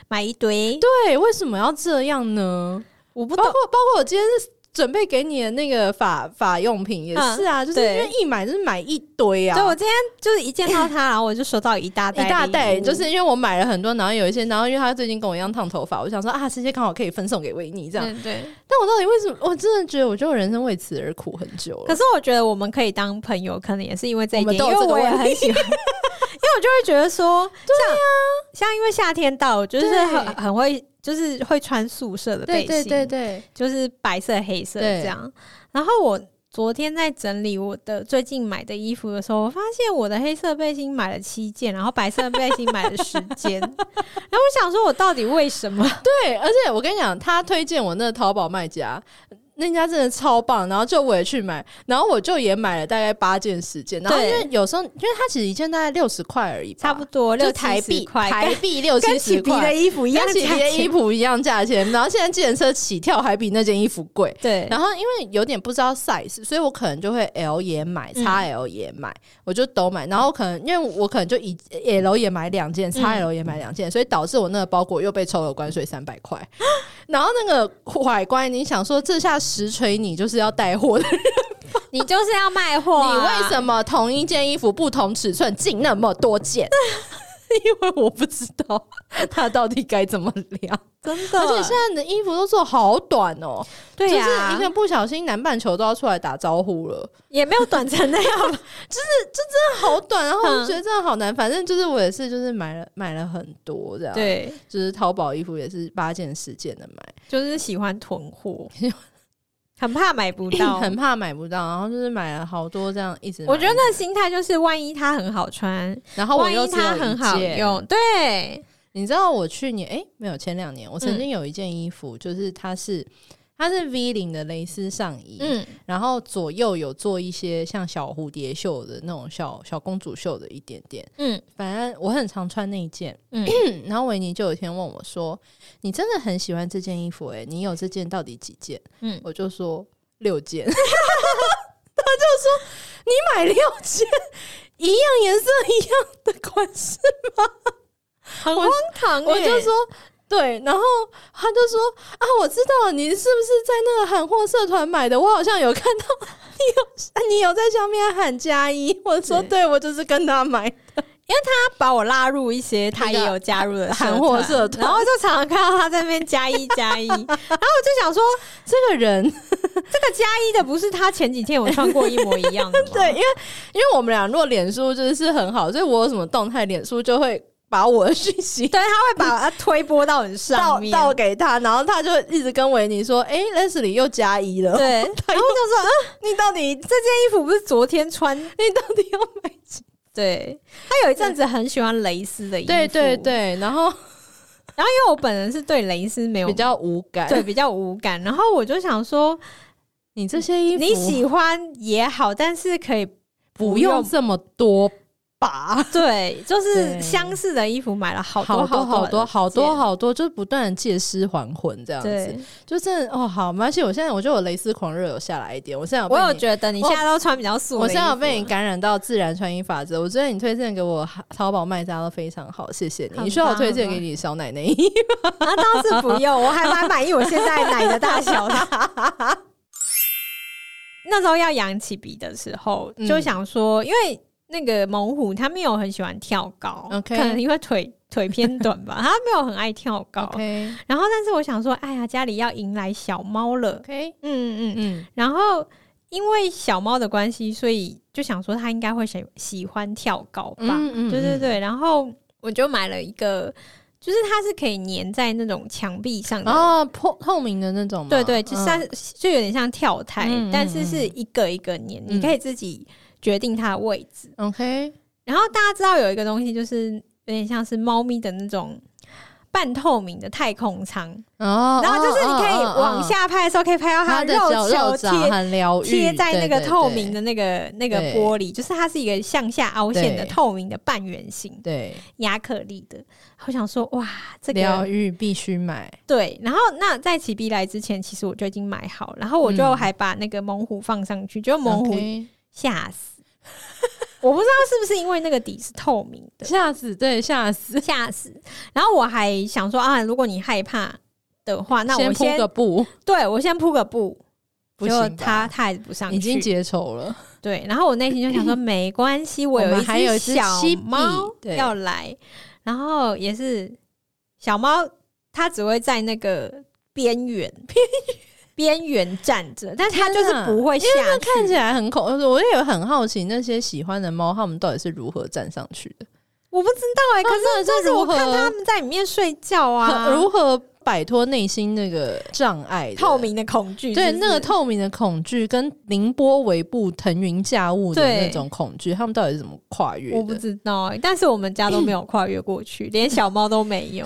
Speaker 2: 买一堆，
Speaker 1: 对，为什么要这样呢？
Speaker 2: 我不
Speaker 1: 包
Speaker 2: 懂
Speaker 1: 括包括我今天准备给你的那个法法用品也是啊，就是因
Speaker 2: 嗯对
Speaker 1: 为一买就是买一堆啊，
Speaker 2: 对我今天就是一见到 他，然后我就收到一大袋
Speaker 1: 一大袋，
Speaker 2: 礼物
Speaker 1: 就是因为我买了很多，然后有一些，然后因为他最近跟我一样烫头发，我想说啊，这些刚好可以分送给维尼这样。
Speaker 2: 嗯对。
Speaker 1: 但我到底为什么？我真的觉得，我觉得我人生为此而苦很久
Speaker 2: 可
Speaker 1: 了。
Speaker 2: 是我觉得我们可以当朋友，可能也是因为这一
Speaker 1: 我们
Speaker 2: 点，
Speaker 1: 都
Speaker 2: 因
Speaker 1: 有
Speaker 2: 为
Speaker 1: 这个
Speaker 2: 我也
Speaker 1: 问题
Speaker 2: 很喜欢， 因为我就会觉得说，像像因为夏天到，我就是
Speaker 1: 对
Speaker 2: 很很会，就是会穿宿舍的背
Speaker 1: 对
Speaker 2: 心，
Speaker 1: 对对对，
Speaker 2: 就是白色、黑色
Speaker 1: 对
Speaker 2: 这样。然后我昨天在整理我的最近买的衣服的时候，我发现我的黑色背心买了七件，然后白色背心买了十件。然后我想说，我到底为什 么？
Speaker 1: 对，而且我跟你讲，他推荐我那个淘宝卖家，那家真的超棒，然后就我也去买，然后我就也买了大概八件十件，然后因
Speaker 2: 对
Speaker 1: 为有时候，因为它其实一件大概六十块而已吧，
Speaker 2: 差不多
Speaker 1: 就
Speaker 2: 六
Speaker 1: 是台
Speaker 2: 啊七十
Speaker 1: 币
Speaker 2: 块，
Speaker 1: 台
Speaker 2: 跟
Speaker 1: 币六七
Speaker 2: 跟
Speaker 1: 十
Speaker 2: 起皮
Speaker 1: 块
Speaker 2: 的衣服一样
Speaker 1: 跟
Speaker 2: 的
Speaker 1: 起
Speaker 2: 价
Speaker 1: 皮
Speaker 2: 钱，
Speaker 1: 的衣服一样价钱，然后现在计程车起跳还比那件衣服贵。
Speaker 2: 对，
Speaker 1: 然后因为有点不知道 size，所以我可能就会 L 也买
Speaker 2: 嗯
Speaker 1: ，XL 也买，我就都买。然后可能因为我可能就以 L 也买两
Speaker 2: 嗯
Speaker 1: 件，XL 也买两件，所以导致我那个包裹又被抽了关税三百 块。然后那个海关，你想说这下实锤你就是要带货的人，
Speaker 2: 你就是要卖货、啊
Speaker 1: 你为
Speaker 2: 么？
Speaker 1: 什么同一件衣服不同尺寸进那么多 件？因为我不知道它到底该怎么量。
Speaker 2: 真
Speaker 1: 而且现在的衣服都做好短哦，
Speaker 2: 对啊呀、
Speaker 1: 就是一个不小心南半球都要出来打招呼了，
Speaker 2: 也没有短成那样 吧。
Speaker 1: 真的好短，然后我
Speaker 2: 嗯
Speaker 1: 就觉得真的好难。反正就是我也是，就是买了买了很多这样，，
Speaker 2: 对，
Speaker 1: 就是淘宝衣服也是八件十件的买，
Speaker 2: 就是喜欢囤货，很怕买不到。
Speaker 1: 很怕买不到，然后就是买了好多这样一直买，
Speaker 2: 我觉得那心态就是，万一它很好穿，
Speaker 1: 然后我
Speaker 2: 万
Speaker 1: 又
Speaker 2: 一
Speaker 1: 只有
Speaker 2: 它很好
Speaker 1: 一件。
Speaker 2: 用，对，
Speaker 1: 你知道我去年哎、没有前两年，我
Speaker 2: 嗯
Speaker 1: 曾经有一件衣服，就是它是它是 V 领的蕾丝上衣，
Speaker 2: 嗯，
Speaker 1: 然后左右有做一些像小蝴蝶袖的那种小小公主袖的一点点，
Speaker 2: 嗯，
Speaker 1: 反正我很常穿那一件，
Speaker 2: 嗯
Speaker 1: 然后维尼就有一天问我说：“你真的很喜欢这件衣服、欸？你有这件到底几件？”
Speaker 2: 嗯
Speaker 1: 我就说六件，他 就说你买六件，一样颜色一样的款式，
Speaker 2: 很
Speaker 1: 我
Speaker 2: 荒唐耶、
Speaker 1: 我就说。对，然后他就说啊，我知道了，你是不是在那个韩货社团买的？我好像有看到你有，你 有在上面喊加一。我说
Speaker 2: 对
Speaker 1: 对，我就是跟他买
Speaker 2: 他把我拉入一些他也有加入的
Speaker 1: 那个韩货社团
Speaker 2: 然后就常常看到他在那边 加一加一，然后我就想说，
Speaker 1: 这个人，
Speaker 2: 这个加一的不是他前几天我穿过一模一样的吗？
Speaker 1: 对，因为因为我们俩若脸书就是很好，所以我有什么动态，脸书就会把我的讯息
Speaker 2: 对，他会把它推播到很
Speaker 1: 倒
Speaker 2: 上面。
Speaker 1: 倒给他，然后他就一直跟维尼说：“哎、l e s l i e 又加一了，
Speaker 2: 对，然后我就说，嗯，
Speaker 1: 你到底
Speaker 2: 这件衣服不是昨天 穿？
Speaker 1: 你到底要买几
Speaker 2: 对，他有一阵子很喜欢蕾丝的衣服，
Speaker 1: 对对。对，然后
Speaker 2: 然后因为我本人是对蕾丝没有
Speaker 1: 比较无感。
Speaker 2: 对比较无感，然后我就想说，
Speaker 1: 你这些衣服，
Speaker 2: 你喜欢也好，但是可以
Speaker 1: 不用这么多吧？
Speaker 2: 对，就是
Speaker 1: 对
Speaker 2: 相似的衣服买了好
Speaker 1: 好
Speaker 2: 多
Speaker 1: 多好多
Speaker 2: 多
Speaker 1: 好多
Speaker 2: 件
Speaker 1: 好多，就是不断的借尸还魂这样子
Speaker 2: 对，，
Speaker 1: 就真的哦好，而且我现在我觉得我蕾丝狂热有下来一点，我现在有被
Speaker 2: 我有
Speaker 1: 你
Speaker 2: 觉得你
Speaker 1: 我
Speaker 2: 现在都穿比较素的衣服，
Speaker 1: 我现在有被你感染到自然穿衣法则，我觉得你推荐给我淘宝卖家都非常好，谢谢你。
Speaker 2: 很
Speaker 1: 你需要我
Speaker 2: 棒
Speaker 1: 推荐
Speaker 2: 很
Speaker 1: 给
Speaker 2: 棒
Speaker 1: 你小奶奶衣？
Speaker 2: 啊，倒是不用，我还蛮满意我现在奶的大小的。 那时候要养起鼻的时候，
Speaker 1: 嗯
Speaker 2: 就想说，因为那个猛虎他没有很喜欢跳高
Speaker 1: OK
Speaker 2: 可能因为腿腿偏短 吧，他没有很爱跳 高。
Speaker 1: OK
Speaker 2: 然后，但是我想说，哎呀，家里要迎来小猫了，
Speaker 1: OK，
Speaker 2: 嗯嗯嗯。
Speaker 1: 嗯，
Speaker 2: 然后因为小猫的关系，所以就想说它应该会喜喜欢跳高吧，
Speaker 1: 嗯嗯
Speaker 2: 对对
Speaker 1: 嗯
Speaker 2: 对。然后我就买了一个，就是它是可以粘在那种墙壁上的
Speaker 1: 然后破透明的那种吗，
Speaker 2: 对对，就
Speaker 1: 哦嗯
Speaker 2: 像、就有点像跳台，
Speaker 1: 嗯嗯
Speaker 2: 但是是一个一个粘，你
Speaker 1: 嗯
Speaker 2: 可以自己决定它的位置。
Speaker 1: OK，
Speaker 2: 然后大家知道有一个东西，就是有点像是猫咪的那种。半透明的太空舱，
Speaker 1: 哦，
Speaker 2: 然后就是你可以
Speaker 1: 哦哦哦哦
Speaker 2: 往下拍的时候，可以拍到
Speaker 1: 它
Speaker 2: 它
Speaker 1: 的
Speaker 2: 肉球
Speaker 1: 肉掌
Speaker 2: 贴
Speaker 1: 很疗愈，
Speaker 2: 贴在那
Speaker 1: 哦对
Speaker 2: 个透明，
Speaker 1: 对
Speaker 2: 的那个那个
Speaker 1: 对
Speaker 2: 玻璃，就是它是一个向下凹陷的
Speaker 1: 对
Speaker 2: 透明的半圆形
Speaker 1: 对，
Speaker 2: 亚克力的。我想说，哇，这
Speaker 1: 对
Speaker 2: 个
Speaker 1: 疗愈必须买，
Speaker 2: 对，然后那在起必来之前，其实我就已经买好，然后我就
Speaker 1: 嗯
Speaker 2: 还把那个猛虎放上去，就猛虎
Speaker 1: OK
Speaker 2: 吓死。我不知道是不是因为那个底是透明的，
Speaker 1: 吓死，对，吓死，
Speaker 2: 吓死。然后我还想说啊，如果你害怕的话，那我
Speaker 1: 铺
Speaker 2: 先
Speaker 1: 个布，
Speaker 2: 对我先铺个布，
Speaker 1: 不
Speaker 2: 结
Speaker 1: 行吧
Speaker 2: 果他他还是不上去，
Speaker 1: 已经结仇了，
Speaker 2: 对，然后我内心就想 说，没关系，我
Speaker 1: 我
Speaker 2: 有
Speaker 1: 们
Speaker 2: 一
Speaker 1: 还有一只
Speaker 2: 小
Speaker 1: 蜥
Speaker 2: 猫
Speaker 1: 蜴对
Speaker 2: 要来，然后也是小猫，它只会在那个边缘边边缘站着，但它就是
Speaker 1: 天哪
Speaker 2: 不会下去。
Speaker 1: 看起来很恐。我也有很好奇，那些喜欢的猫，它们到底是如何站上去的？
Speaker 2: 我不知道哎、
Speaker 1: 它
Speaker 2: 可是
Speaker 1: 们到底
Speaker 2: 但
Speaker 1: 是
Speaker 2: 是我
Speaker 1: 如
Speaker 2: 看它
Speaker 1: 何
Speaker 2: 们在里面睡觉 啊，
Speaker 1: 如何摆脱内心那个障碍的？
Speaker 2: 透明的恐惧，
Speaker 1: 对
Speaker 2: 是不
Speaker 1: 那个
Speaker 2: 是
Speaker 1: 透明的恐惧，跟凌波微步、腾云驾雾的
Speaker 2: 对
Speaker 1: 那种恐惧，他们到底是怎么跨越的？
Speaker 2: 我不知道、欸，但是我们家都没有跨越过 去，连小猫都没 有，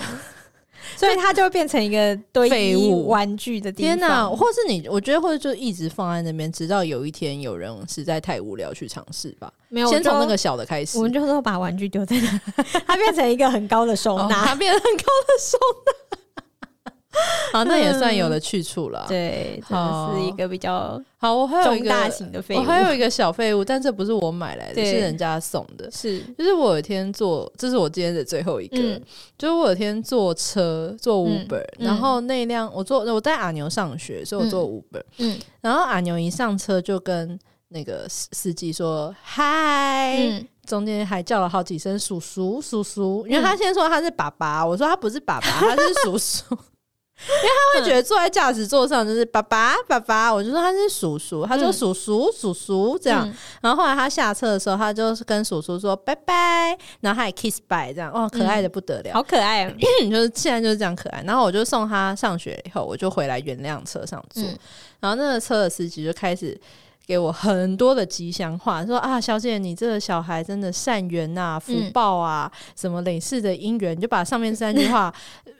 Speaker 2: 所以它就会变成一个堆
Speaker 1: 废
Speaker 2: 积
Speaker 1: 物
Speaker 2: 玩具的地
Speaker 1: 天
Speaker 2: 方。
Speaker 1: 哪！或是你，我觉得或者就一直放在那边，直到有一天有人实在太无聊去尝试吧。
Speaker 2: 没有，
Speaker 1: 先从
Speaker 2: 我
Speaker 1: 那
Speaker 2: 就
Speaker 1: 个小的开始，
Speaker 2: 我们就都把玩具丢在那， 它变成一个很高的收
Speaker 1: 哦
Speaker 2: 纳。
Speaker 1: 它变得很高的收 纳。好，那也算有了去处了。
Speaker 2: 对，这
Speaker 1: 好
Speaker 2: 是一个比较
Speaker 1: 好，我还有一
Speaker 2: 中大
Speaker 1: 个，
Speaker 2: 型的废物
Speaker 1: 我。还有一个小废物，但这不是我买来的，
Speaker 2: 对
Speaker 1: 是人家送的。
Speaker 2: 是，
Speaker 1: 就是我有一天坐，这是我今天的最后一个。
Speaker 2: 嗯
Speaker 1: 就是我有一天坐车坐
Speaker 2: 嗯
Speaker 1: Uber，、
Speaker 2: 嗯
Speaker 1: 然后那辆我坐我在阿牛上学，所以我坐 Uber、
Speaker 2: 嗯
Speaker 1: 然后阿牛一上车就跟那个司司机说嗨，
Speaker 2: 嗯
Speaker 1: 中间还叫了好几声叔叔叔叔，因为他先说他是爸爸，
Speaker 2: 嗯
Speaker 1: 我说他不是 爸爸，他是叔叔。因为他会觉得坐在驾驶座上就是爸爸爸爸，我就说他是叔叔，他说
Speaker 2: 嗯
Speaker 1: 叔叔、叔叔这样，
Speaker 2: 嗯
Speaker 1: 然后后来他下车的时候，他就是跟叔叔说拜拜，然后他也 kiss bye 这样，哇，可
Speaker 2: 嗯
Speaker 1: 爱的不得了。
Speaker 2: 好可爱哦。
Speaker 1: 就是现在就是这样可爱。然后我就送他上学以后，我就回来原辆车上坐，
Speaker 2: 嗯
Speaker 1: 然后那个车的司机就开始。给我很多的吉祥话，说啊，小姐，你这个小孩真的善缘呐、福
Speaker 2: 嗯
Speaker 1: 报啊，什么类似的姻缘，你就把上面三句话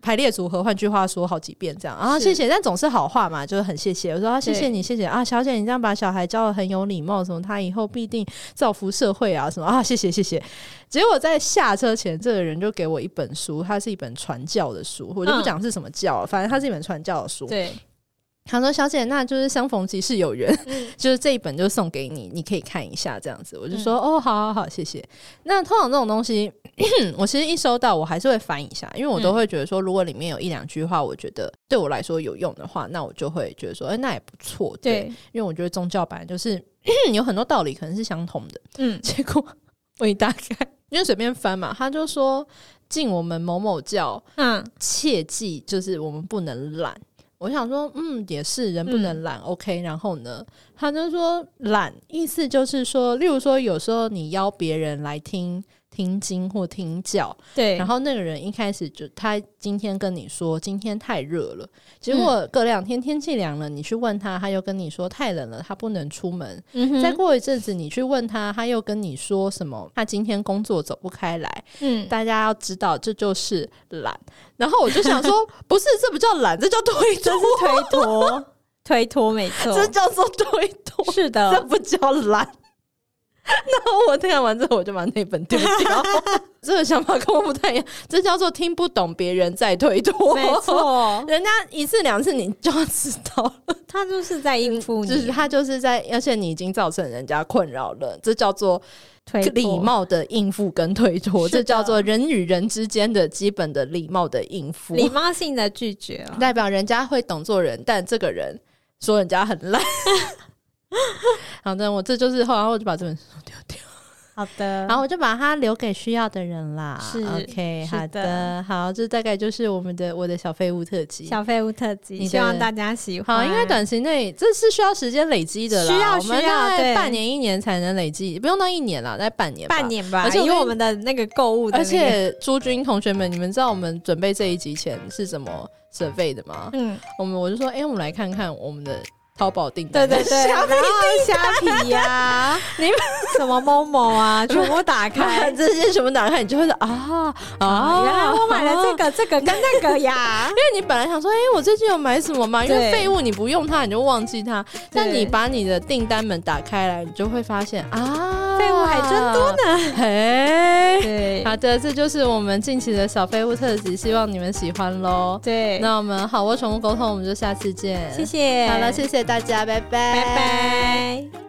Speaker 1: 排列组合，换句话说好几遍这样。然后
Speaker 2: 是
Speaker 1: 谢谢，但总是好话嘛，就是很谢谢。我说啊，谢谢
Speaker 2: 对
Speaker 1: 你，谢谢啊，小姐，你这样把小孩教的很有礼貌，什么他以后必定造福社会啊，什么啊，谢谢谢谢。结果在下车前，这个人就给我一本书，它是一本传教的书，我就不
Speaker 2: 嗯
Speaker 1: 讲是什么教了，反正它是一本传教的书。
Speaker 2: 对，
Speaker 1: 他说：“小姐，那就是相逢即是有缘， 就是这一本就送给你，你可以看一下这样子。”我就说：“哦，好好好，谢谢。”那通常这种东西， 我其实一收到，我还是会翻一下，因为我都会觉得说，如果里面有一两句话，我觉得对我来说有用的话，那我就会觉得说，哎、那也不错。
Speaker 2: 对，
Speaker 1: 因为我觉得宗教本来就是 有很多道理可能是相同的。
Speaker 2: 嗯
Speaker 1: 结果我一打开，因为随便翻嘛，他就说：“进我们某某教，
Speaker 2: 嗯，
Speaker 1: 切记就是我们不能懒。我想说，嗯，也是人不能懒、o k 然后呢，他就说懒，意思就是说，例如说，有时候你邀别人来听听经或听教，
Speaker 2: 对。
Speaker 1: 然后那个人一开始就他今天跟你说今天太热了，结果隔两天天气凉了，你去问他，他又跟你说太冷了，他不能出门，
Speaker 2: 嗯哼
Speaker 1: 再过一阵子，你去问他，他又跟你说什么？他今天工作走不开来，
Speaker 2: 嗯，
Speaker 1: 大家要知道这就是懒。然后我就想说，不是，这不叫懒，这叫推脱
Speaker 2: 这，是推脱，推脱 没错，
Speaker 1: 这叫做推脱，
Speaker 2: 是
Speaker 1: 这
Speaker 2: 的，
Speaker 1: 不叫懒。 然后我看完之后，我就把那本丢掉。这个想法跟我不太一样，这叫做听不懂别人在推脱。
Speaker 2: 没，错，
Speaker 1: 人家一次两次你就要知道了
Speaker 2: 他就是在应付
Speaker 1: 嗯就是
Speaker 2: 你，
Speaker 1: 他就是在，而且你已经造成人家困扰了，这叫做
Speaker 2: 推脱
Speaker 1: 礼，貌的应付跟推脱，
Speaker 2: 是的
Speaker 1: 这叫做人与人之间的基本的礼貌的应付，
Speaker 2: 礼貌性的拒绝哦。
Speaker 1: 代表人家会懂做人，但这个人说人家很烂。 好的，我这就是后来我就把这本书丢掉，
Speaker 2: 好的，
Speaker 1: 然后我就把它留给需要的人啦。
Speaker 2: 是
Speaker 1: OK，
Speaker 2: 是
Speaker 1: 好
Speaker 2: 的
Speaker 1: 的，好，这大概就是我们的我的小废物特辑。
Speaker 2: 小废物特辑，
Speaker 1: 你
Speaker 2: 希望
Speaker 1: 的
Speaker 2: 大家喜欢。
Speaker 1: 好，因为短期内这是需要时间累积的啦，
Speaker 2: 需要
Speaker 1: 我们
Speaker 2: 需要
Speaker 1: 大概
Speaker 2: 对
Speaker 1: 半年一年才能累积，不用到一年啦，大概半年吧，
Speaker 2: 半年吧，
Speaker 1: 而且我
Speaker 2: 因为
Speaker 1: 跟
Speaker 2: 我们的那个购物的
Speaker 1: 而
Speaker 2: 那个，
Speaker 1: 且朱军同学们，你们知道我们准备这一集前是怎么准备的吗？
Speaker 2: 嗯，
Speaker 1: 我们我就说，哎、我们来看看我们的淘宝订
Speaker 2: 对
Speaker 1: 单。
Speaker 2: 对对，然后虾皮 呀，
Speaker 1: 你们
Speaker 2: 什么某某 啊，全部打开
Speaker 1: 看。这些什么打开，你就会说啊啊，
Speaker 2: 原来我买了这
Speaker 1: 啊。
Speaker 2: 个、这个跟那个 呀，
Speaker 1: 因为你本来想说，哎、我最近有买什么嘛？因
Speaker 2: 对
Speaker 1: 为废物你不用它，你就忘记它。但你把你的订单门打开来，你就会发现啊，
Speaker 2: 废物还真多呢。
Speaker 1: 嘿，
Speaker 2: 对
Speaker 1: 好的，这就是我们近期的小废物特辑，希望你们喜欢喽。
Speaker 2: 对，
Speaker 1: 那我们好窝宠物沟通，我们就下次见。
Speaker 2: 谢，谢，
Speaker 1: 好了，谢谢大家，拜拜，
Speaker 2: 拜拜。